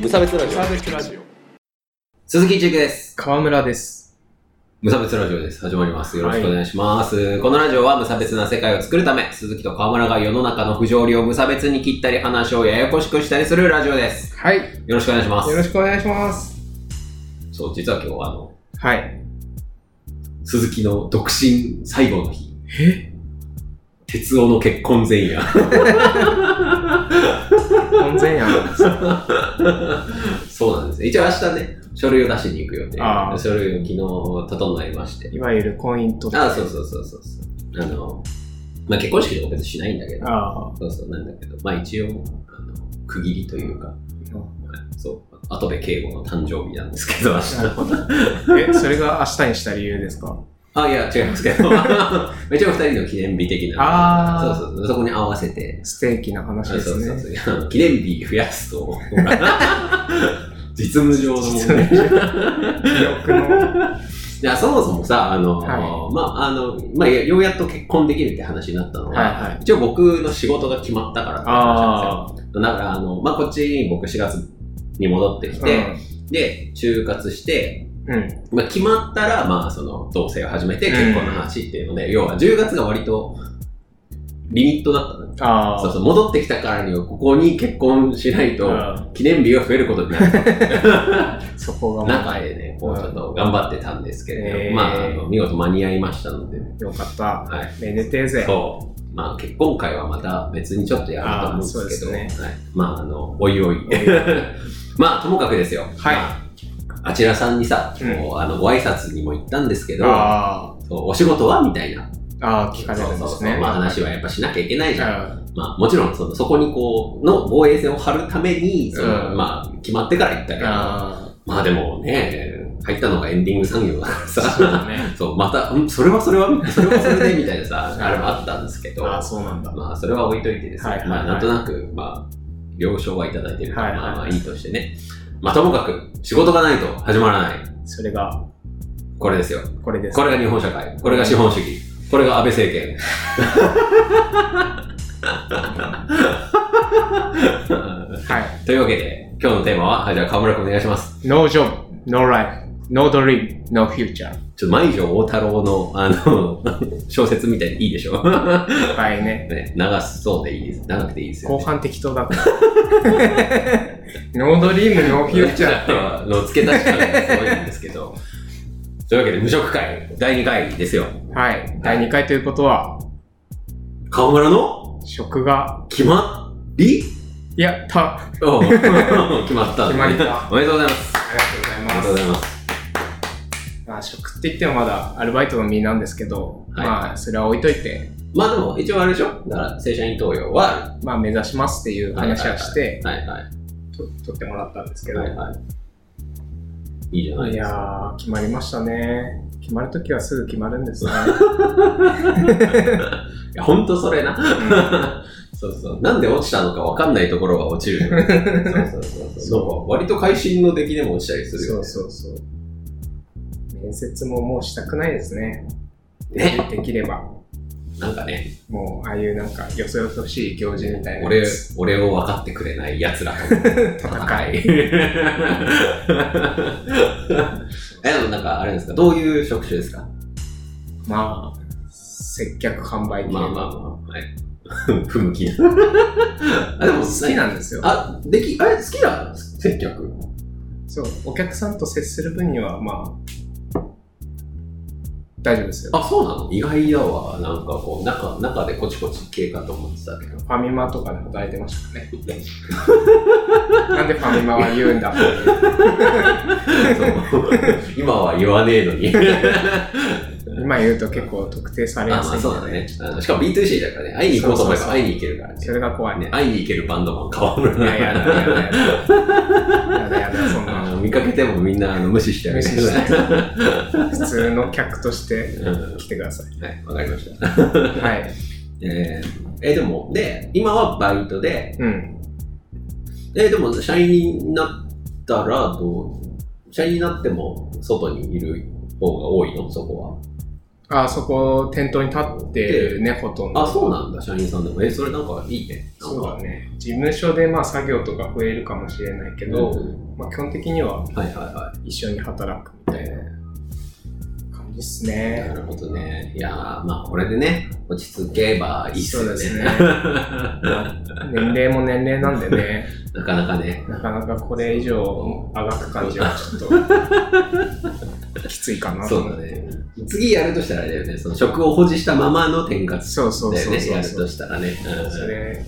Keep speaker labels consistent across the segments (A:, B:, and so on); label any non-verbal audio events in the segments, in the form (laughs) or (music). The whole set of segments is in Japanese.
A: 無差別ラジオ
B: サービスラジオ。
C: 鈴木一之です。
B: 川村です。
C: 無差別ラジオです。始まります。よろしくお願いします。このラジオは無差別な世界を作るため、鈴木と河村が世の中の不条理を無差別に切ったり、話をややこしくしたりするラジオです。
B: はい。
C: よろしくお願いします。
B: よろしくお願いします。
C: そう、実は今日はあの、
B: はい。
C: 鈴木の独身最後の日。え哲夫の結婚前夜。 (laughs)
B: 本前やん。
C: そうなんですね。一応明日ね、書類を出しに行く予定
B: あ。ー
C: 書類を昨日整えまして。
B: いわゆる婚姻届。
C: ああ、そうそうそうそうそう。あの、まあ、結婚式とか別にしないんだけど、
B: ああ。
C: そうそうなんだけど、まあ一応、あの区切りというか、そう、跡部敬吾の誕生日なんですけど、明日
B: なるほど。 (laughs) え、それが明日にした理由ですか
C: あ、いや、違いますけど、 (laughs) 一応二人の記念日的な。
B: あー
C: そうそう、そこに合わせて。
B: ステーキな話
C: そ
B: です
C: うそう
B: ね。
C: そうそういやあの記念日増やすと、
B: (laughs)
C: ほら実務上の問題。
B: 記憶の。
C: いや、そもそもさ、あの、
B: は
C: まあ、あの、まあ、ようやっと結婚できるって話になったのは、
B: はいはい
C: 一応僕の仕事が決まったからって話なん
B: あ
C: ですよ。だから、あの、まあ、こっちに僕4月に戻ってき
B: あ。
C: て、で、就活して、
B: うん。うん。
C: まあ、決まったら、まあ、その、同棲を始めて結婚の話っていうので、要は10月が割と、リミットだったのよ
B: ああ。
C: そうそう、戻ってきたからには、ここに結婚しないと、
B: うん
C: 記念日が増えることになる。
B: (laughs) そこがま
C: 中でね、こうちょっと頑張ってたんですけれど、
B: えー
C: まあ、あの見事間に合いましたので、
B: あよかった。
C: はい。
B: めでてえぜ。
C: そう。まあ、結婚会はまた別にちょっとやると思うんですけど、
B: あー
C: はい、まあ、あの、おい
B: (laughs)
C: おい。まあ、ともかくですよ。
B: はい
C: まあ、あちらさんにさ、
B: うん
C: こうあのご挨拶にも行ったんですけど、
B: あ
C: そうお仕事はみたいな、
B: あ。ああ、聞かれるんで
C: そうそう
B: す
C: そう
B: ね。
C: まあ、話はやっぱしなきゃいけないじゃん。
B: うん
C: まあ、もちろんその、そこにこう、の防衛線を張るために、その
B: うん
C: まあ、決まってから行ったけど、
B: あ
C: まあでもね、入ったのがエンディング産業だから
B: あ。そう
C: さ、 (laughs)
B: だね。
C: そう、また、んそれはそれは、それはそれでみたいなさ
B: う、ん
C: あれもあったんですけど、
B: ああ、そうなんだ。
C: まあそれは置いといてですね、
B: はいはいはい
C: まあなんとなく、まあ、了承はいただいてるから、
B: はいはい
C: まあまあいいとしてね。まあともかく、仕事がないと始まらない。
B: それが、
C: これですよ。
B: これです。
C: これが日本社会。これが資本主義。これが安倍政権。
B: はい。
C: (laughs) というわけで、今日のテーマは、はい、じゃあ河村君お願いします。
B: No job, no life, no dream, no future.
C: ちょっと、舞女大太郎の、あの、 (laughs) 小説みたいにいいでしょ (laughs) ね、
B: いっぱい (laughs) ね。
C: 長そうでいいです。長くていいですよ、
B: 後
C: ね。
B: 半適当だから。No dream, no future って。
C: ーの付け足したらすごいんですけど。というわけで、無職会、第2回ですよ。
B: はい。第2回ということは、
C: 河村の
B: 職が、
C: 決まり
B: いや、た、あ
C: おう (laughs) 決まった。
B: 決まりだ
C: おめでとう
B: りがとうご
C: ございます。おめでとうご
B: ざいます。
C: ざいます。
B: まあ、職って言ってもまだアルバイトの身なんですけど、
C: はい
B: まあ、それは置いといて、
C: まあでも、一応あれでしょだから、正社員登用は、
B: まあ、目指しますっていう話はして、
C: はいはい。
B: と取ってもらったんですけど、
C: はい
B: い
C: はい。いいじゃないです
B: や
C: か。
B: ー、決まりましたね。決まるときはすぐ決まるんですね。
C: いや、ほんとそれな。 (laughs) そうそう。なんで落ちたのか分かんないところは落ちるよ (laughs) ね。そうそうそうそう。なんか割と会心の出来でも落ちたりする
B: そ
C: よ
B: う
C: ね。
B: そうそう。面接ももうしたくないですね。
C: ね
B: できれば。
C: なんかね、
B: もう、ああいうなんか、よそよそしい行事みたいなや
C: 俺
B: つ。、
C: 俺を分かってくれない奴らとの
B: 戦
C: (laughs)
B: い。。
C: え、でもなんかあれですか、どういう職種ですか
B: まあ、接客販売系
C: まあまあ
B: の
C: まあ。はい。 (laughs) 不向きな。 (laughs) あ、でも
B: 好きなんですよ。
C: あ、でき、あれ好きなの接客。
B: そう、お客さんと接する分には、まあ、大丈夫ですよ。
C: あ、そうなの意外だわ。なんかこう、中、中でコチコチ系かと思ってたけ
B: (laughs)
C: ど。
B: ファミマとかで働いてましたからね。なんでファミマは言うんだっていう
C: そう今は言わねえ
B: (laughs)
C: のに。
B: 今言うと結構特定さ
C: あ
B: れ
C: まあ
B: やすいん
C: そうだ
B: で
C: ね。あのしかも B2C だからね、会いに行こうと思えば
B: そうそうそう
C: 会いに行けるからね
B: そ。れが怖い
C: ね
B: ね。
C: 会いに行けるバンドマン変わる
B: いやいやだ
C: な。
B: やだやだ。やだやだ、そん
C: あ
B: な。
C: の見かけてもみんなあの無視してあげ
B: 無
C: て
B: 視
C: ください。
B: して。普通の客として
C: うん
B: 来てください。
C: はい、わかりました。
B: はい。
C: えーえでも、で、今はバイトで、
B: うん。
C: えでも、社員になったらどう、社員になっても外にいる方が多いのそこは。
B: あそこ、店頭に立ってるね、ほとんど。
C: あ、そうなんだ、社員さんでも。え、それなんかいいね。なんか
B: そうだね。事務所でまあ作業とか増えるかもしれないけど、
C: うん
B: まあ基本的には
C: はいはいはい。
B: 一緒に働くみたいな感じですね。
C: なるほどね。いやー、まあこれでね、落ち着けばいいっすよね。 (laughs)
B: そうですね年齢も年齢なんでね、
C: なかなかね。
B: なかなかこれ以上上がった感じはちょっときついかなと
C: そう
B: 思
C: だ
B: って。
C: ね。次やるとしたらあれだよね、その職を保持したままの転活
B: そうそう
C: だ
B: そ
C: よ
B: う
C: ね、
B: そ
C: や
B: う
C: る
B: そう
C: と。したらね。うん
B: それ、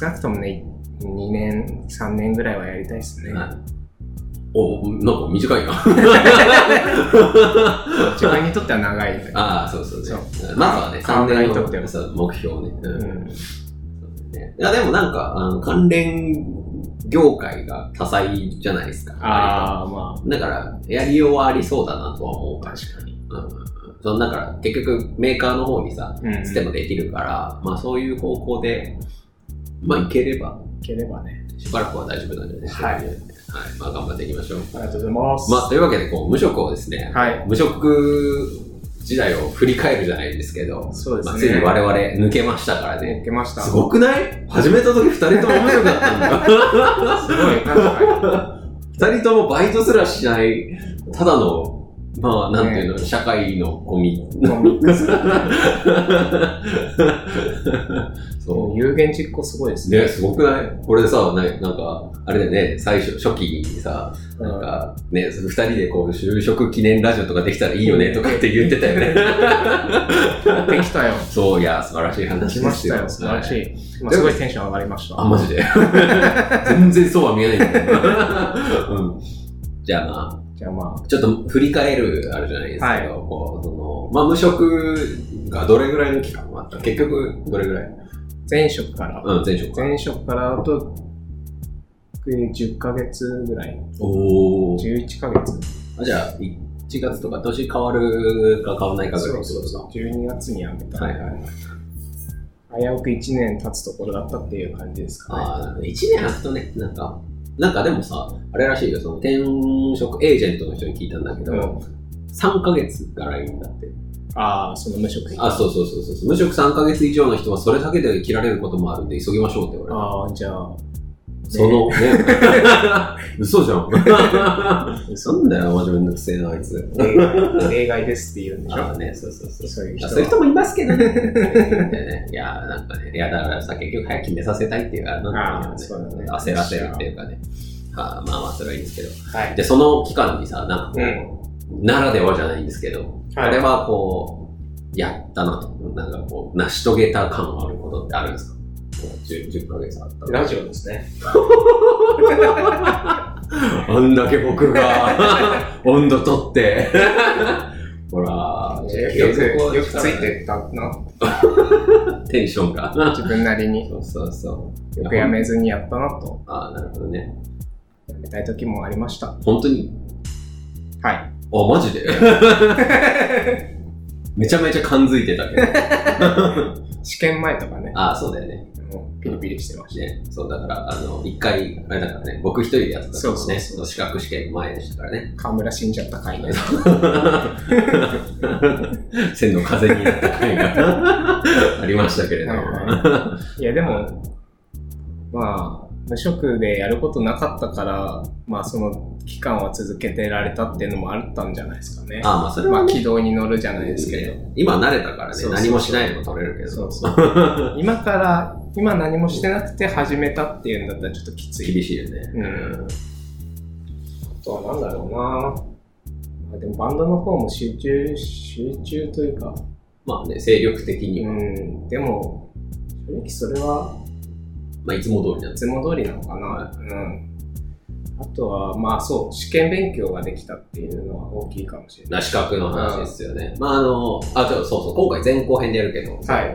B: 少なくともね、2年、3年ぐらいはやりたいですね。
C: はいお、なんか短いな。
B: 自分にとっては長いんだけど。
C: ああ、そうそう
B: そ
C: ね
B: う。
C: まずはね、
B: 河
C: 3
B: 村
C: 年
B: にとって
C: の
B: は
C: そう目標ね。うん
B: うん
C: いや、でもなんか、あの関連業界が多彩じゃないですか。
B: ああ、ま
C: 割とだから、やりようはありそうだなとは思う
B: あ、
C: から。
B: 確かに。
C: うんうんうんそのだから、結局、メーカーの方にさ、
B: うん、
C: つてもできるから、まあそういう方向で、まあいければ、
B: いければね。
C: しばらくは大丈夫なんじゃないですか、ね。
B: はい
C: はい。まあ頑張っていきましょう。
B: ありがとうございます。
C: まあ、というわけで、こう、無職をですね、
B: はい
C: 無職時代を振り返るじゃないですけど、
B: そうですね
C: まあ、ついに我々抜けましたからね。
B: 受けました。
C: すごくない始めた時二人とも無職だったんだよ。 (laughs)
B: すごい、確か
C: 二人ともバイトすらしない、ただの、まあ、なんていうの、社会のゴミ。 (laughs)
B: に。も
C: そう
B: う、有言実行すごいですね。
C: ね、すごくないこれさ、ね、なんか、あれだよね、最初、初期にさ、なんか、ね、二人でこう、就職記念ラジオとかできたらいいよね、とかって言ってたよ (laughs) ね。
B: できたよ。
C: そう、いや、素晴らしい
B: でき
C: 話で
B: ますし
C: よ。
B: たよ。素晴らし
C: はい。
B: い。今すごいテンション上がりました。
C: あ、マジで。 (laughs) 全然そうは見えないんだけどうんじゃあま
B: じゃあま
C: あ、ちょっと振り返るあるじゃないですけど、こう、その、まあ、無職がどれぐらいの期間もあった結局、どれぐらい
B: あ、前職から。
C: うん、前職か。
B: 前職からだと、えー10ヶ月ぐらい。
C: おー。
B: 11ヶ月。
C: あじゃあ、1月とか年変わるか変わらないかぐらいの
B: そうそう。12月に辞めた。
C: はいはい。
B: 危うく1年経つところだったっていう感じですかね。
C: ああ、なんか1年空くとね、なんか、なんかでもさ、あれらしいよ、その転職エージェントの人に聞いたんだけど、
B: うん
C: 3ヶ月がラインだって。
B: ああ、その無職期
C: あ、そうそうそうそうそう。無職3ヶ月以上の人はそれだけで切られることもあるんで、急ぎましょうって言われた。
B: ああ、じゃ
C: (laughs)
B: あ、
C: その、ね、 (laughs) 嘘じゃん。 (laughs)
B: 嘘
C: なんだよ、真面目なくせえな、あいつ。
B: 例外例外ですって言うんでし
C: あ
B: ょ
C: あね、そうそうそう。
B: そういう
C: ま
B: 人
C: あ
B: は
C: そういう人もいますけどね。ね (laughs) いや、なんかね、いや、だからさ、結局早く決めさせたいっていうから、なん
B: あー
C: てい
B: そうう
C: の
B: だね
C: 焦らせるっていうかね。はあ、まあまあ、それはいいんですけど。
B: はい。
C: で、その期間にさ、なんか
B: う
C: こう、ならではじゃないんですけど、あれはこう、やったなと、なんかこう、成し遂げた感あることってあるんですか 10, 10ヶ月あったら
B: ラジオですね。
C: あんだけ僕 (laughs) が温度取 (laughs) ってほら
B: よく、よくつい
C: る
B: てったな。
C: テンションが
B: 自分なりに。
C: そうそうそう
B: よくやめずにやったなと。
C: ああなるほどね
B: やめたい時もありました。
C: 本当に
B: はい。
C: あマジ (laughs) でめちゃめちゃ感づいてた (laughs) けど
B: 試験前とかね、
C: ああそうだよね
B: もうピリピリしてまし
C: ね、そうだから、あの、一回、あれだからね、僕一人でやってたから
B: そう
C: ね、
B: そうそう
C: その資格試験前でしたからね、
B: た。河村死んじゃった回ね。
C: (laughs) 線の風になった回
B: (laughs)
C: がありましたけれども、 (laughs)
B: はいやでも、まあ、無職でやることなかったから、まあその期間は続けてられたっていうのもあったんじゃないですかね。
C: ああ、まあそれ
B: ま
C: は
B: あ
C: ね、
B: 軌道に乗るじゃないですけ
C: ね今慣れたからね、
B: そうそうそう
C: 何もしないでも取れるけ
B: ど。
C: ど、
B: そうそう。今から、今何もしてなくて始めたっていうんだったらちょっときつい。
C: 厳しいよね。
B: うんあとはなんだろうなまあでもバンドの方も集中、集中というか、
C: まあね、精力的に
B: う
C: は、
B: ん、でも、正直それは
C: まあいつも通りなん
B: い
C: です
B: つも通りなのかな、
C: は
B: うん。あとは、まあそう、試験勉強ができたっていうのは大きいかもしれない。
C: な資格の話ですよね。まああの、あ、ちょ、そうそう、今回前後編でやるけど、
B: はい。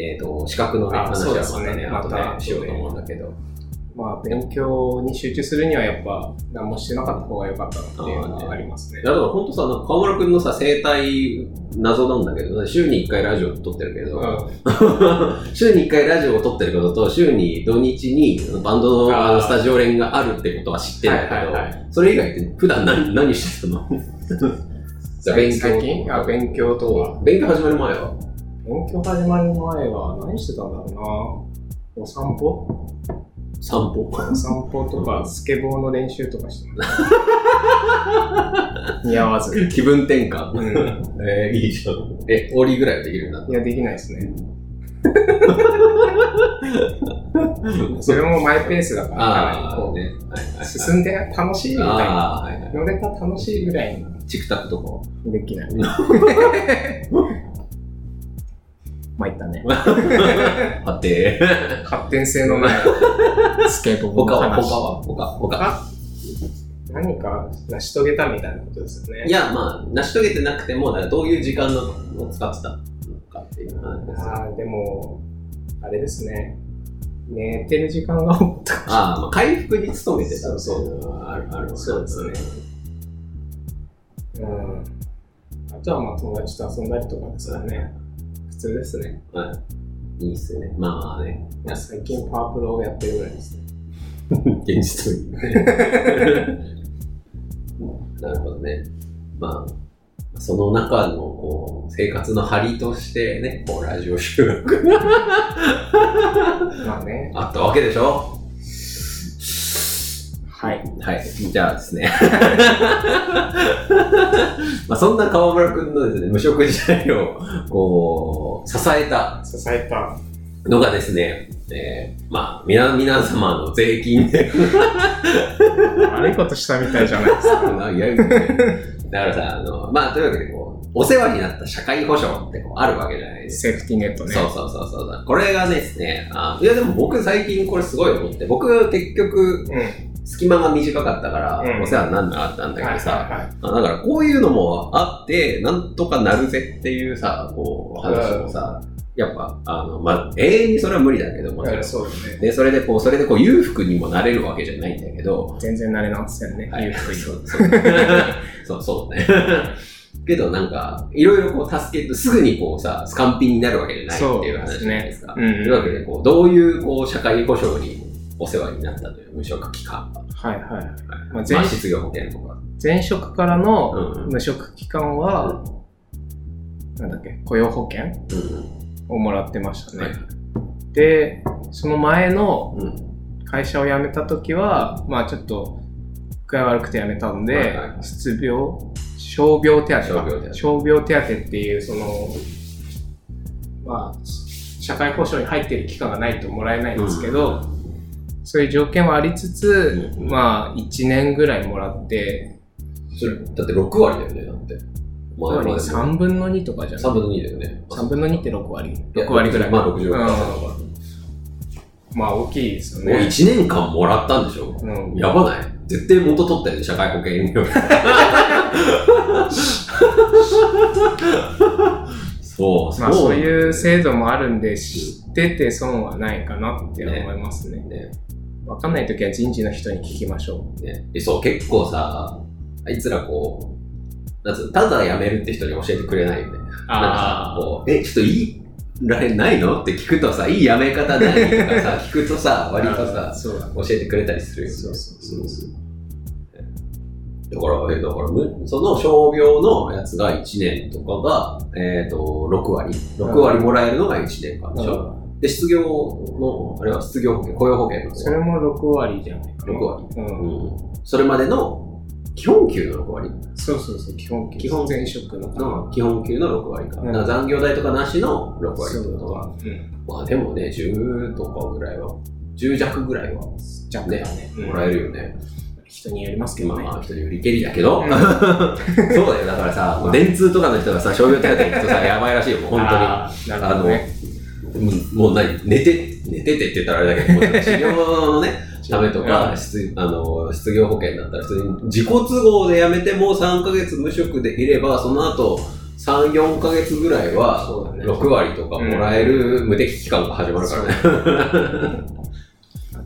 C: えっ、と、資格のね
B: あ
C: 話
B: そう
C: は
B: です
C: ま
B: ね
C: たね、後
B: ま
C: で
B: た
C: しようと思うんだけど、
B: まあ勉強に集中するにはやっぱ何もしてなかった方が良かったなっていうのはありますね
C: い。やだから本当さ、なんか河村君のさ、生態、謎なんだけど、週に1回ラジオ撮ってるけ
B: う
C: ど、
B: ん、
C: (laughs) 週に1回ラジオを撮ってることと、週に土日にバンドの
B: あー
C: あのスタジオ連があるってことは知ってるんだけど、
B: はいはいは
C: (laughs) それ以外って普段何何してたのじゃあ勉強
B: 最近あ、勉強とは。
C: 勉強始まる前は
B: 勉強始まる前は何してたんだろうな。お散歩
C: 散歩
B: お散歩とか、スケボーの練習とかして
C: (laughs)
B: た。似合わず。
C: 気分転換。
B: うん。
C: えー、いいじゃん。え、折りぐらいはできるようになっ
B: いや、できないですね。それもマイペースだか
C: た。
B: ら、かなり
C: あ
B: こ
C: ー、ね。はいは
B: う
C: い
B: 進んで楽しいみたいな。
C: あー、はいは
B: 乗れた楽しいぐらい
C: い。チクタクとか。
B: にできない。 (laughs) まいったね。
C: はてー。
B: 発展性のないスケボーの
C: (laughs) 他は
B: 話
C: 他は他他
B: 何か成し遂げたみたいなことですよね。
C: いや、まあ、成し遂げてなくても、だからどういう時間のを使ってたのかっていう話ですよ。
B: あーでも、あれですね。寝てる時間が多かった。
C: ああ、まあ、回復に努めてたって
B: そう
C: い
B: そう
C: うのはある、ある。
B: そうですね。うん。あとはまあ友達と遊んだりとかですよね。普通ですね。
C: はい。いいっすよね。まあね、
B: まあ最近パワープロをやってるぐらいですね。
C: 現実という。 (laughs) なるほどね。まあ、その中の、こう、生活の張りとしてね、こう、ラジオ収録が
B: まあね。
C: あったわけでしょ
B: はい。
C: はい。じゃあですね。 (laughs) まあ、そんな川村くんのですね、無職時代を、こう、支えた
B: 支えた。
C: のがですね、えー、まあ、皆、皆様の税金で、
B: 悪いことしたみたいじゃないですか。
C: いやいや
B: (laughs)
C: だからさ、あの、まあ、というわけで、こう、お世話になった社会保障ってこうあるわけじゃないです
B: セーフティーネット
C: か。
B: ね。
C: そうそうそうそう。これがですね、あいやでも僕最近これすごい思って、僕結局
B: うん。
C: 隙間が短かったから
B: うん
C: お世話になんなかったんだけ
B: はい
C: どさ、
B: はいはい
C: あだからこういうのもあって、なんとかなるぜっていうさ、こう話もさ、やっぱ、あの、まあ、永遠にそれは無理だけどもちろん
B: うんそうだね。
C: で、それでこう、それでこう、裕福にもなれるわけじゃないんだけど、
B: 全然慣れなせんね。
C: はい
B: 裕福に
C: そうそう (laughs) そうそ
B: (laughs)
C: うね。けどなんか、いろいろこう、助けて、すぐにこうさ、スカンピになるわけじゃないっていう話じゃないですか。
B: そうですねうん
C: というわけで、こう、どういうこう、社会保障にお世話になったという無職期間は、
B: はいはい。まあ
C: ま
B: 全
C: あ、失業保険とか。
B: 前職から
C: う
B: の
C: んうん。
B: 無職期間は、なんだっけ、雇用保険
C: うん
B: をもらってましたね。
C: はい
B: で、その前の
C: うん。
B: 会社を辞めた時は、まあちょっと、具合悪くて辞めたんで、
C: はいはいはい
B: 失病、傷病手当か
C: 傷病手当
B: 傷病手当っていう、その、まあ、社会保障に入っている期間がないともらえないんですけど、そういう条件はありつつ、
C: うんうん
B: まあ、1年ぐらいもらって、
C: それ、だって6割だよね、だって。まあ、まあ、
B: 3分の2とかじゃ
C: 3
B: ん。
C: 分の2だよね。
B: 3分の2って6割。
C: いや
B: 6割ぐらい。
C: まあ、60%と
B: うん
C: か。
B: まあ、大きいですよ
C: もう
B: ね。
C: 1年間もらったんでしょ
B: うん、
C: やばない絶対元取ったよね、社会保険料。そう、
B: まあ、そう
C: う
B: いう制度もあるんで、知ってて損はないかなって思いますね。
C: ね
B: わかんないときは人事の人に聞きましょ
C: ねでそう、結構さ、あいつらこう、なんつうのただ辞めるって人に教えてくれないよね。
B: う。
C: なんかさこう、え、ちょっといいられないのって聞くとさ、いい辞め方ないとかさ、聞くとさ、割と
B: あー
C: さ、
B: そうだ。
C: 教えてくれたりするよね。
B: そうそうそうそう。
C: だから、えだからむその傷病のやつが1年とかが、えっと6割6割もらえるのが1年間でしょ、で失業のあれは失業保険雇用保険の
B: それも6割じゃないかな。
C: 6割、
B: うん。
C: うん、それまでの基本給の6割
B: そうそうそう、基本
C: 基本
B: 前職の方。
C: の基本給の6割か,、
B: うん
C: だから残業代とかなしの6割
B: そ
C: っ
B: う
C: てことは
B: だね。
C: まあでもね10とかぐらいは10弱ぐらいは
B: う
C: も
B: ん。弱だね。うん
C: らえるよね、
B: 人によりますけ
C: ま
B: ど
C: あ
B: ね。
C: まあ人によりけりだけど、
B: うん
C: そうだよ、だからさ、もう電通とかの人がさ、商業手当行く
B: (laughs)
C: とさ、やばいらしいよ、もう本当に。
B: あーなるほどね。
C: もうもう何、寝て、寝ててって言ったらあれだ
B: (laughs)
C: けど、もう治療のね、ためとか、失あの失業保険だったら、普通に自己都合で辞めても3ヶ月無職でいれば、その後、3、4ヶ月ぐらいは、
B: そうだね。
C: 6割とかもらえる無敵期間が始まるからね。
B: (laughs)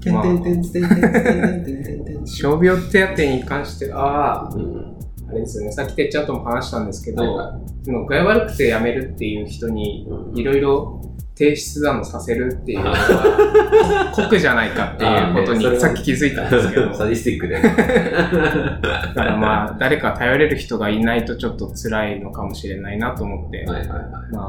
B: まあ
C: てんてんてんてんてんてんてんてんてんてん
B: 傷病手当に関しては、
C: うん
B: ああれですよね、さっきてっちゃんとも話したんですけど、
C: はいは
B: その具合悪くて辞めるっていう人に、
C: うん
B: いろいろ提出案をさせるっていうのは、酷じゃないかっていうこと
C: あーねそれ
B: に
C: は
B: さっき気づいたんですけ
C: (laughs)
B: ど、
C: (laughs) サ
B: だ
C: ディスティックで。は
B: からまあ、誰か頼れる人がいないとちょっと辛いのかもしれないなと思って
C: い、はいはい。
B: まあ、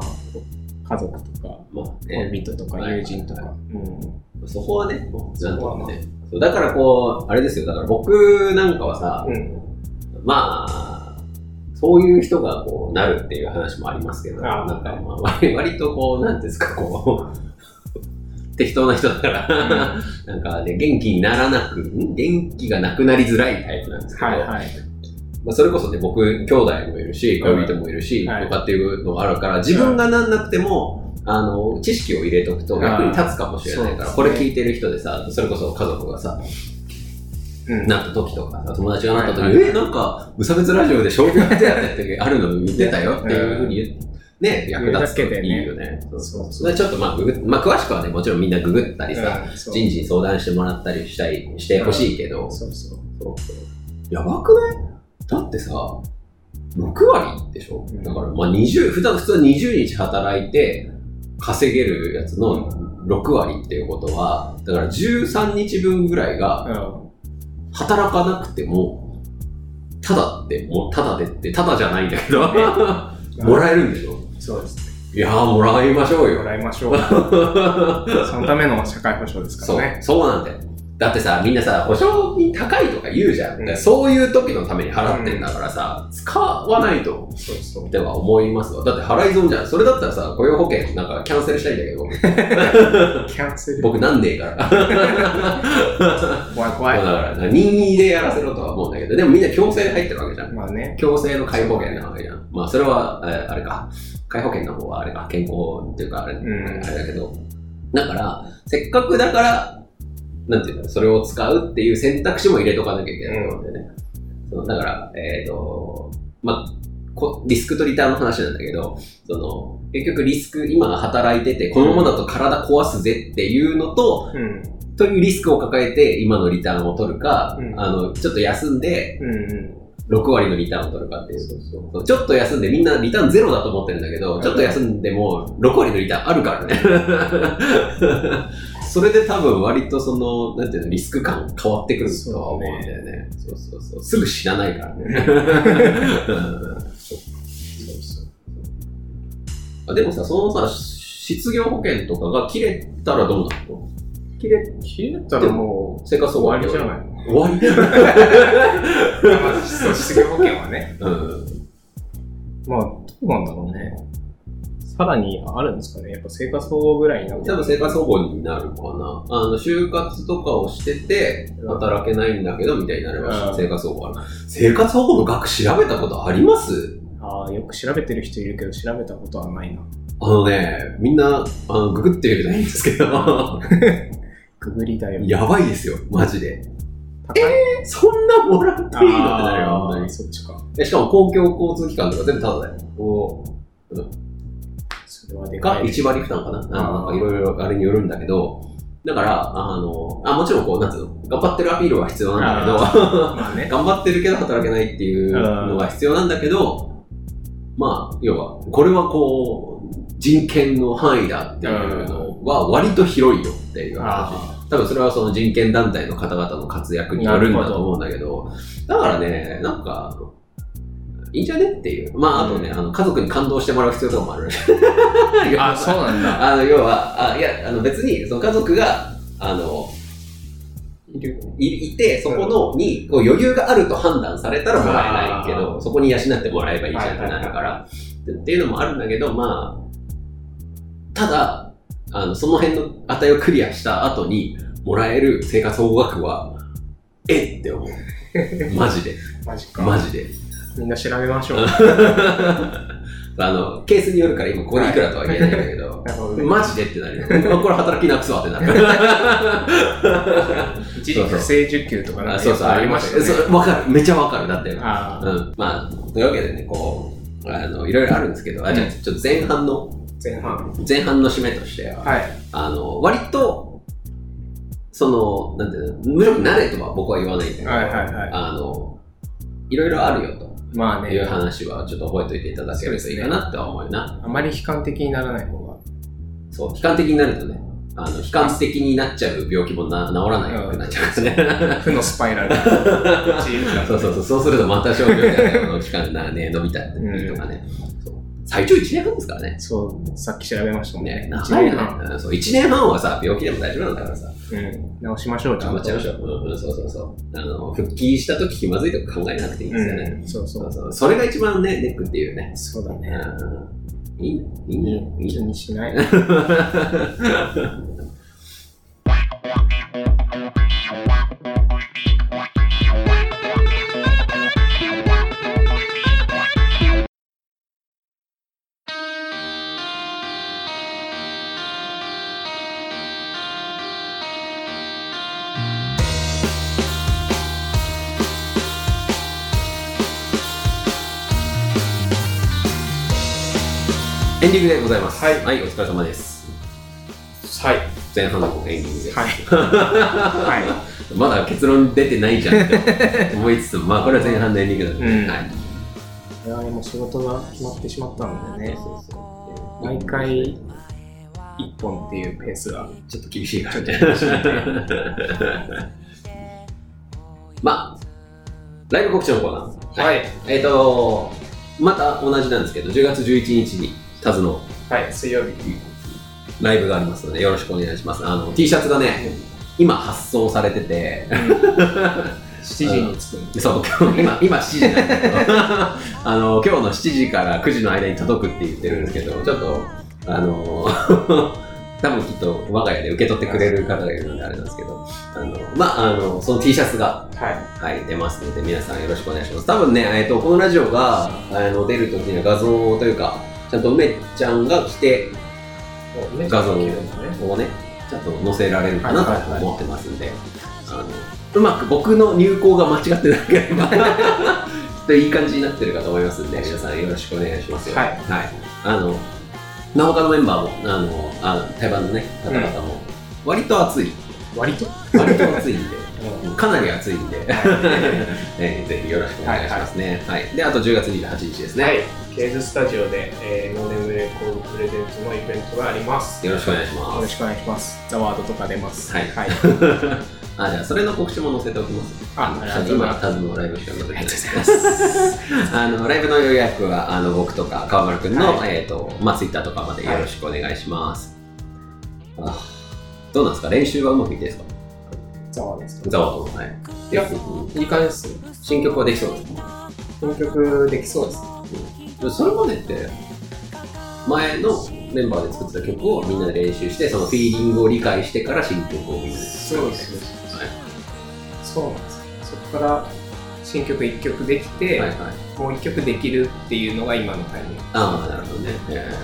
B: 家族とか、
C: まあね、
B: 恋人とか
C: はい
B: 友人とか、うん
C: そこはね、もうなんとかね。そうだからこう、あれですよ、だから僕なんかはさ、
B: うん
C: まあ、そういう人がこうなるっていう話もありますけど、
B: ああ
C: なんか、まあ、割割とこう、なんていうんですか、こう、 (laughs) 適当な人だから、なんかね、元気にならなく、ん元気がなくなりづらいタイプなんですけど、
B: はいはい。
C: まあ、それこそね、僕、兄弟もいるし、
B: はい
C: 恋人もいるし、
B: はい
C: とかっていうのがあるから、自分がなんなくても、あの、知識を入れとくと役に立つかもしれないから、
B: あーそ
C: こ
B: う
C: れ
B: ですね
C: 聞いてる人でさ、それこそ家族がさ、
B: うん
C: なった時とかさ、友達がなった時に、
B: はいはい
C: え、なんか、無差別ラジオで商業手当ってあるの言ってたよっていうふうに言って、ね、役立つといいよね。そう
B: そう
C: それちょっとまあ、ググっまあ、詳しくはね、もちろんみんなググったりさ、
B: うんそう
C: 人事に相談してもらったりしたい、してほしいけど、
B: そうそう。
C: そうそうやばくないだってさ、6割でしょ
B: うん
C: だから、まあ20、普段普通は20日働いて稼げるやつの6割っていうことは、だから13日分ぐらいが
B: うん
C: 働かなくても、ただって、もうただでって、ただじゃないんだけど、もらえるんでしょ
B: そうです
C: いやー、もらいましょう
B: ね。も
C: よ。
B: らいましょう。そのための社会保障ですか
C: そう
B: らね。、
C: そうなんだよ。だってさ、みんなさ、保証金高いとか言うじゃん。
B: うん
C: だからそういう時のために払ってんだからさ、使わないと。
B: そうそう。
C: では思いますわ。だって払い損じゃん。それだったらさ、雇用保険なんかキャンセルしたいんだけど、
B: キャンセル。
C: 僕なんねえから。
B: 怖い怖い。
C: だから、任意でやらせろとは思うんだけど、でもみんな強制入ってるわけじゃん。
B: まあね。
C: 強制の解保険なわけじゃん。まあ、それは、えーあれか。解保険の方はあれか。健康っていうか、あれ、
B: ん
C: あれだけど。だから、せっかくだから、なんていうの、それを使うっていう選択肢も入れとかなきゃいけないと思うんだよね。そうだから、えっ、と、まあ、こリスクとリターンの話なんだけど、その、結局リスク、今働いてて、このままだと体壊すぜっていうのと、
B: うん。
C: というリスクを抱えて今のリターンを取るか、
B: うん
C: あの、ちょっと休んで、
B: うんうん。
C: 6割のリターンを取るかっていう。ちょっと休んで、みんなリターンゼロだと思ってるんだけど、ちょっと休んでも6割のリターンあるから (laughs) ね。それで多分割とその、なんていうの、リスク感変わってくるとは思うんだよね。そうそうそう。すぐ死なないからね。そうそうあでもさ、そのさ、失業保険とかが切れたらどうなるの切れ、
B: 消えたらも
C: 生活
B: う終わりじゃ
C: い
B: ないの
C: 終わり
B: まあ、そう失業保険はね。
C: うん。
B: まあ、どうなんだろうね。さらにあるんですかね。やっぱ生活保護ぐらいになって
C: 多分生活保護になるかな。あの、就活とかをしてて、働けないんだけど、みたいになれば
B: うん
C: 生活保護ある。生活保護の額調べたことあります
B: ああ、よく調べてる人いるけど、調べたことはないな。
C: あのね、みんな、あの、ググってみるといいんですけど、 (laughs)
B: くぐりだよ。
C: やばいですよ、マジで。
B: 高い。
C: そんなもらっていいのってなるよ、本当
B: あ
C: に
B: あ、。そっちか。
C: えしかも公共交通機関とか全部タダだよ。お
B: それはでか
C: が
B: い。
C: 1割負担かな。あのなん
B: あ
C: か
B: ー
C: いろいろあれによるんだけど、だから、あの、あ、もちろんこう、なんつうの、頑張ってるアピールは必要なんだけど、
B: まあね。
C: 頑張ってるけど働けないっていうのが必要なんだけど、まあ、要は、これはこう、人権の範囲だっていうのは割と広いよっていう話。
B: あ
C: 多分それはその人権団体の方々の活躍によるんだと思うんだけど、だからね、なんか、いいんじゃねっていう。まあ、あとね、あの家族に感動してもらう必要とかもあるらしい
B: ーあ、そうなんだ。
C: あの、要は、あいや、あの別に、その家族が、あの、
B: いる。
C: いいて、そこのにこう余裕があると判断されたらもらえないけど、そこに養ってもらえばいいじゃんってなるから、っていうのもあるんだけど、まあ、ただ、あのその辺の値をクリアした後にもらえる生活保護額は、えっって思う。 (laughs) マジで、
B: マジか。
C: マジで。
B: みんな調べましょう。
C: あの、ケースによるから今ここでいくらとは言えないんだけど、
B: なるほどね。
C: マジでってなるよ。これ働きなくすわってなる。
B: 一時不正受給とかなん
C: (laughs) あ
B: か
C: そうそう、
B: よく
C: ありました
B: よね。
C: よ。わかる。めちゃわかる。だって。
B: ああ、
C: うん、まあ、というわけでね、こう、あの、いろいろあるんですけど、あ、じゃあ、
B: うん
C: ちょっと前半の、
B: 前半。
C: 前半の締めとしては、
B: はい。
C: あの、割と、その、なんていうの、無力になれとは僕は言わないんだけど、
B: はいはいはい。
C: あの、いろいろあるよと。
B: まあ
C: い
B: ね
C: う、話はちょっと覚えておいていただけるといいかなって思うよな。
B: あまり悲観的にならない方
C: そう、悲観的になるとね、あの、悲観的になっちゃう病気もな治らないようになっちゃうからね
B: が、。負のスパ
C: (laughs)
B: イラルが陥るからね
C: そうそうそう、そうするとまた商業界の期間なね、伸びたりとかね。そう最長1年半ですからね。
B: そう、さっき調べましたもん
C: ね
B: ね。、
C: 長いよ
B: 一
C: ね。うんそう、1年半はさ、病気でも大丈夫なんだからさ、
B: うん。直しましょう、ちゃ
C: 頑
B: ん
C: 張
B: と。
C: っちゃいましょう。うんうん、そうそうそう。あの、復帰した時気まずいとか考えなくていいんですよね。
B: うん。そうそ
C: そうう。そう、それが一番ね、ネックっていうね。
B: そうだ
C: う
B: ね。
C: ん、いいね、いいね、いいね (laughs)
B: 気にしない。
C: エンディングでございます。
B: はい
C: はい、お疲れ様です。
B: はい。
C: 前半のエンディングで。
B: はい。は
C: まだ結論出てないじゃん (laughs) って思いつつも、まあこれは前半のエンディングだった
B: うん
C: はい。
B: い。我々も仕事が決まってしまったのでね、
C: そうそう
B: 毎回一本っていうペース
C: (laughs)
B: が。
C: ちょっと厳しいからね。 (laughs) まあ、ライブ告知のコーナー。。
B: はいい。
C: えっ、と、また同じなんですけど、10月11日にタズの
B: はい、水曜日。
C: ライブがありますので、よろしくお願いします。あの、T シャツがね、今発送されてて、
B: (laughs) 7時に着くんで。
C: そう、今、今7時なんだけど、 (laughs) あの、今日の7時から9時の間に届くって言ってるんですけど、ちょっと、あの、 (laughs) 多分きっと我が家で受け取ってくれる方がいるのであれなんですけど、あの、まあ、あの、その T シャツが、
B: は
C: はい、出ますので、皆さんよろしくお願いします。多分ね、えっと、このラジオが、あの、出る時には画像というか、ちゃんと梅ちゃんが着て、
B: い。ね
C: 画像を
B: 綺麗だね
C: をね、ちゃんと載せられるかなと思ってますんで、あのうまく僕の入稿が間違ってなければ、きっといい感じになってるかと思いますんで、皆さんよろしくお願いしますよ。
B: はい
C: あの、なおかのメンバーも、あの、あ台湾のね、方々も、割と暑い、
B: 割と。
C: 割と暑いんで、
B: う
C: かなり暑いんで、 (laughs) えーぜひよろしくお願いしますね。はい、で、あと10月28日ですね。
B: はい。ケーズスタジオで、えー、ノーネームレコードプレゼンツのイベントがあります。よ
C: よろしくお願いしま
B: ろ
C: す。
B: しくお願いします。ザワードとか出ます。
C: はい
B: はい。
C: あ、じゃあ、それの告知も載せておきます。 (laughs)
B: あ、ありがとうござい
C: 今
B: ます。
C: タズのライブしか載せてないです
B: ありがとうございます。 (laughs)
C: あのライブの予約はあの僕とか川村君の、
B: は
C: えっ、とまあツイッターとかまでよろしくお願いします。あどうなんですか練習はうまくいってるんですか？
B: ザワードですか
C: ざわざわはい。
B: いや
C: うん
B: いい感じですよ。
C: 新曲はできそうですか？
B: この曲できそうです。
C: うんそれまでって前のメンバーで作ってた曲をみんなで練習してそのフィーリングを理解してから新曲をみんなで作るみたいな。はい
B: そうなんですよ。そこから新曲1曲できて、
C: はいはい。
B: もう1曲できるっていうのが今のタイミング。
C: ああなるほどね。え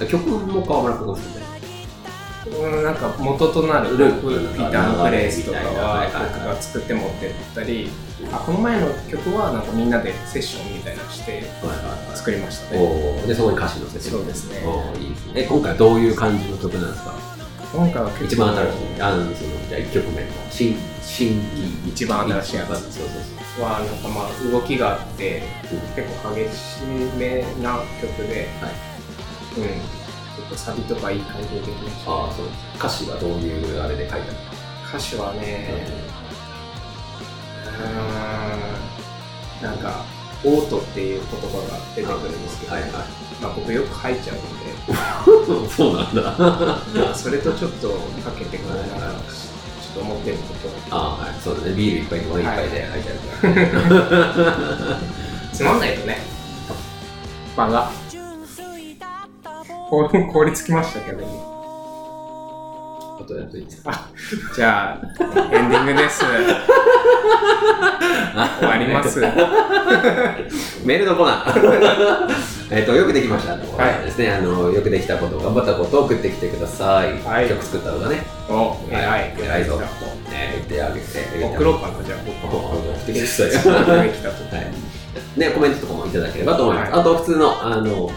C: ー曲も川村君が作って
B: う
C: る。
B: んなんか元となるル
C: ルー
B: ー
C: プ
B: プ、
C: と
B: ピ
C: か
B: ーターのプレイスとか
C: 流れみたいな
B: は僕が作って持ってったり、あこの前の曲はなんかみんなでセッションみたいなのして
C: はいはいはい。
B: 作りましたね。
C: おーでそこに歌詞載せてる
B: そうですね。
C: おーいいですねえ今回はどういう感じの曲なんですか
B: 今回は結構
C: 一番新しいあのそのじゃあ1曲目の新新規
B: 一番新しいや
C: そう
B: つ
C: そうそ
B: はなんかまあ動きがあって
C: うん
B: 結構激しめな曲で、
C: はい
B: うん、結構サビとかいい感じでできまし
C: うあ
B: た
C: あ
B: ね。
C: そう歌詞はどういうあれで書いてあるんですか
B: 歌詞はね、うーんなんか「オート」っていう言葉が出てくるんですけど、
C: はいはい
B: まあ、僕よく吐いちゃうので。
C: そうなんだあ
B: それとちょっとかけてくれながら、ちょっと思ってること
C: あーはいそうだねビール一杯とワイン一杯で入ってあるからね
B: つまんないとね、場が。こう凍りつきましたけど、
C: あ (laughs) とやっといて
B: じゃあ、エンディングです。終わります。は
C: メールのコーナー (laughs) えっとよくできましたのコーナーですね、あのよくできたこと頑張ったことを送ってきてください、
B: はい
C: 曲作ったのがね
B: お、
C: は
B: 偉い。
C: 偉いぞね言ってあげて
B: 送ろうかな、じゃあ、僕も。
C: 送ってください
B: できたと。
C: はいねコメントとかもいただければと思います、
B: はい
C: あと普通のあの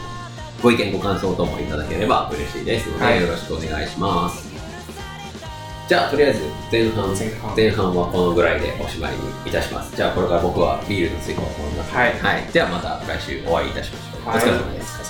C: ご意見ご感想ともいただければ嬉しいですので、
B: はい
C: よろしくお願いしますじゃあ、とりあえず前半、
B: 前半
C: 前半はこのぐらいでおしまいにいたします。じゃあ、これから僕はビールの追加を行います。
B: はい
C: はい。ではまた来週お会いいたしま
B: は
C: しょう。
B: い
C: お疲れ様です。
B: お疲れ様です